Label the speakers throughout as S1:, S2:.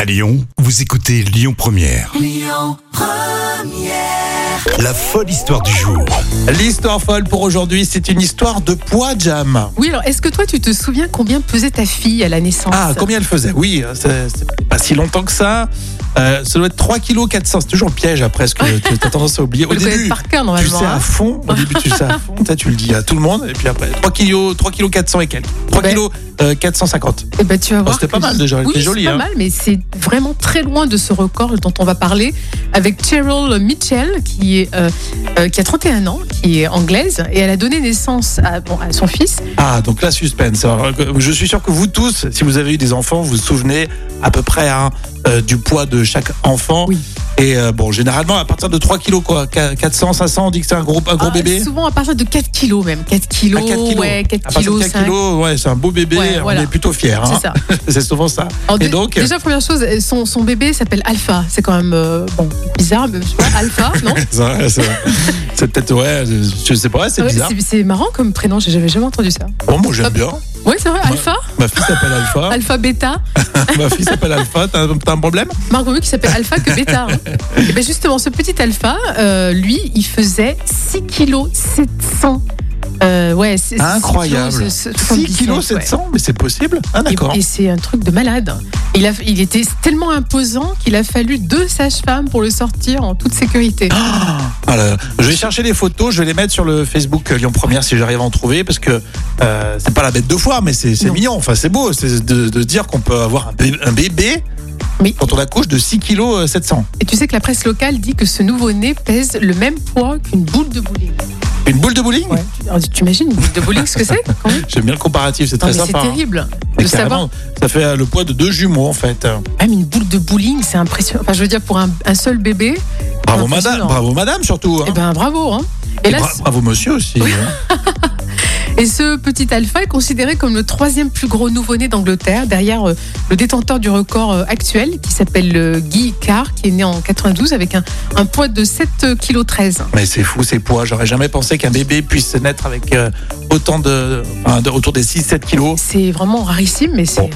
S1: À Lyon, vous écoutez Lyon Première. La folle histoire du jour.
S2: L'histoire folle pour aujourd'hui, c'est une histoire de poids jam.
S3: Oui, alors est-ce que toi tu te souviens combien pesait ta fille à la naissance
S2: Ah, combien elle faisait Oui, c'est c'est pas si longtemps que ça. Euh, ça doit être 3 kg 400. C'est toujours le piège après, parce que tu as tendance à oublier. Au
S3: Vous le connaissez
S2: début,
S3: par cœur
S2: tu
S3: normalement.
S2: sais
S3: hein.
S2: à fond. Au début, tu sais à fond. Ça, tu le dis à tout le monde. Et puis après, 3 kg 3 kilos 400 et quelques. euh, 3
S3: Ouais.
S2: kg 450.
S3: Eh ben, tu vas
S2: Oh,
S3: voir
S2: c'était
S3: que-
S2: pas mal déjà, elle
S3: Oui,
S2: était
S3: c'est
S2: jolie,
S3: pas
S2: hein.
S3: mal, mais c'est vraiment très loin de ce record dont on va parler avec Cheryl Mitchell qui, est, euh, euh, qui a 31 ans, qui est anglaise, et elle a donné naissance à, bon, à son fils.
S2: Ah, donc la suspense. Alors, euh, Je suis sûr que vous tous, si vous avez eu des enfants, vous vous souvenez à peu près hein, euh, du poids de chaque enfant.
S3: Oui.
S2: Et euh, bon, généralement, à partir de 3 kg, quoi, 400, 500, on dit que c'est un gros, un gros
S3: Ah,
S2: bébé.
S3: Souvent à partir de 4 kilos même. 4 kilos,
S2: À 4 kilos.
S3: ouais, 4
S2: À partir de
S3: kilos,
S2: 4
S3: cinq,
S2: kilos, ouais, c'est un beau bébé,
S3: Ouais,
S2: on
S3: voilà.
S2: est plutôt fiers. hein.
S3: C'est ça.
S2: C'est souvent ça.
S3: Alors,
S2: Et
S3: dé-
S2: donc euh
S3: déjà, première chose, son, son bébé s'appelle Alpha. C'est quand même euh, bon, bizarre, mais je sais pas, Alpha, non
S2: ça, ça, C'est peut-être, ouais, je sais pas, c'est
S3: Ah Ouais,
S2: bizarre.
S3: c'est marrant comme prénom, j'ai- j'avais jamais entendu ça.
S2: Bon, moi j'aime bien.
S3: Oui, c'est vrai, Alpha,
S2: Ma fille s'appelle Alpha.
S3: Alpha, Beta.
S2: Ma fille s'appelle Alpha. T'as un, t'as un problème
S3: Margot qui s'appelle Alpha que Beta. hein. Et ben justement, ce petit Alpha, euh, lui, il faisait 6 kg 700. Euh, ouais, c'est- c'est-
S2: Incroyable.
S3: c'est-
S2: 6
S3: c'est-
S2: kg
S3: ouais.
S2: 700, mais c'est possible Ah, d'accord.
S3: Et, et c'est un truc de malade. Il, a, il était tellement imposant qu'il a fallu deux sages-femmes pour le sortir en toute sécurité.
S2: Voilà. Je vais chercher les photos, je vais les mettre sur le Facebook Lyon Première si j'arrive à en trouver parce que euh, c'est pas la bête de foire, mais c'est c'est
S3: Non.
S2: mignon. Enfin, c'est beau c'est de, de dire qu'on peut avoir un bébé, un bébé
S3: Mais-
S2: quand on accouche de euh, 6 kg 700.
S3: Et tu sais que la presse locale dit que ce nouveau-né pèse le même poids qu'une boule de bowling.
S2: Une boule de bowling
S3: Ouais. Alors, tu- tu imagines une boule de bowling ce que c'est quand même
S2: J'aime bien le comparatif, c'est
S3: Non,
S2: très
S3: mais c'est
S2: sympa. hein.
S3: terrible
S2: Mais
S3: de savoir.
S2: carrément, Ça fait euh, le poids de deux jumeaux en fait.
S3: Même une boule de bowling, c'est impressionnant. Enfin, je veux dire, pour un, un seul bébé,
S2: Bravo
S3: Impressionnant.
S2: madame, bravo madame surtout. hein.
S3: eh ben bravo. Hein. Et,
S2: Et
S3: là,
S2: bra- bravo monsieur aussi. hein.
S3: et ce petit alpha est considéré comme le troisième plus gros nouveau-né d'Angleterre, derrière euh, le détenteur du record euh, actuel, qui s'appelle euh, Guy Carr, qui est né en 92 avec un, un poids de 7,13 kg.
S2: Mais c'est fou ces poids. J'aurais jamais pensé qu'un bébé puisse naître avec euh, autant de, enfin, de- autour des 6-7 kilos.
S3: C'est vraiment rarissime, mais c'est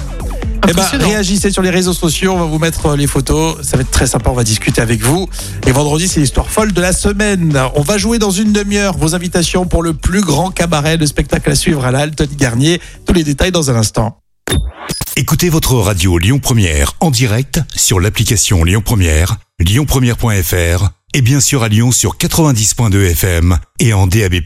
S2: Eh ben,
S3: impressionnant.
S2: réagissez sur les réseaux sociaux, on va vous mettre euh, les photos, ça va être très sympa, on va discuter avec vous. Et vendredi, c'est l'histoire folle de la semaine. On va jouer dans une demi-heure vos invitations pour le plus grand cabaret, le spectacle à suivre à la Alton Garnier. Tous les détails dans un instant.
S1: Écoutez votre radio Lyon Première en direct sur l'application Lyon Première, lyonpremière.fr et bien sûr à Lyon sur 90.2 FM et en DAB+.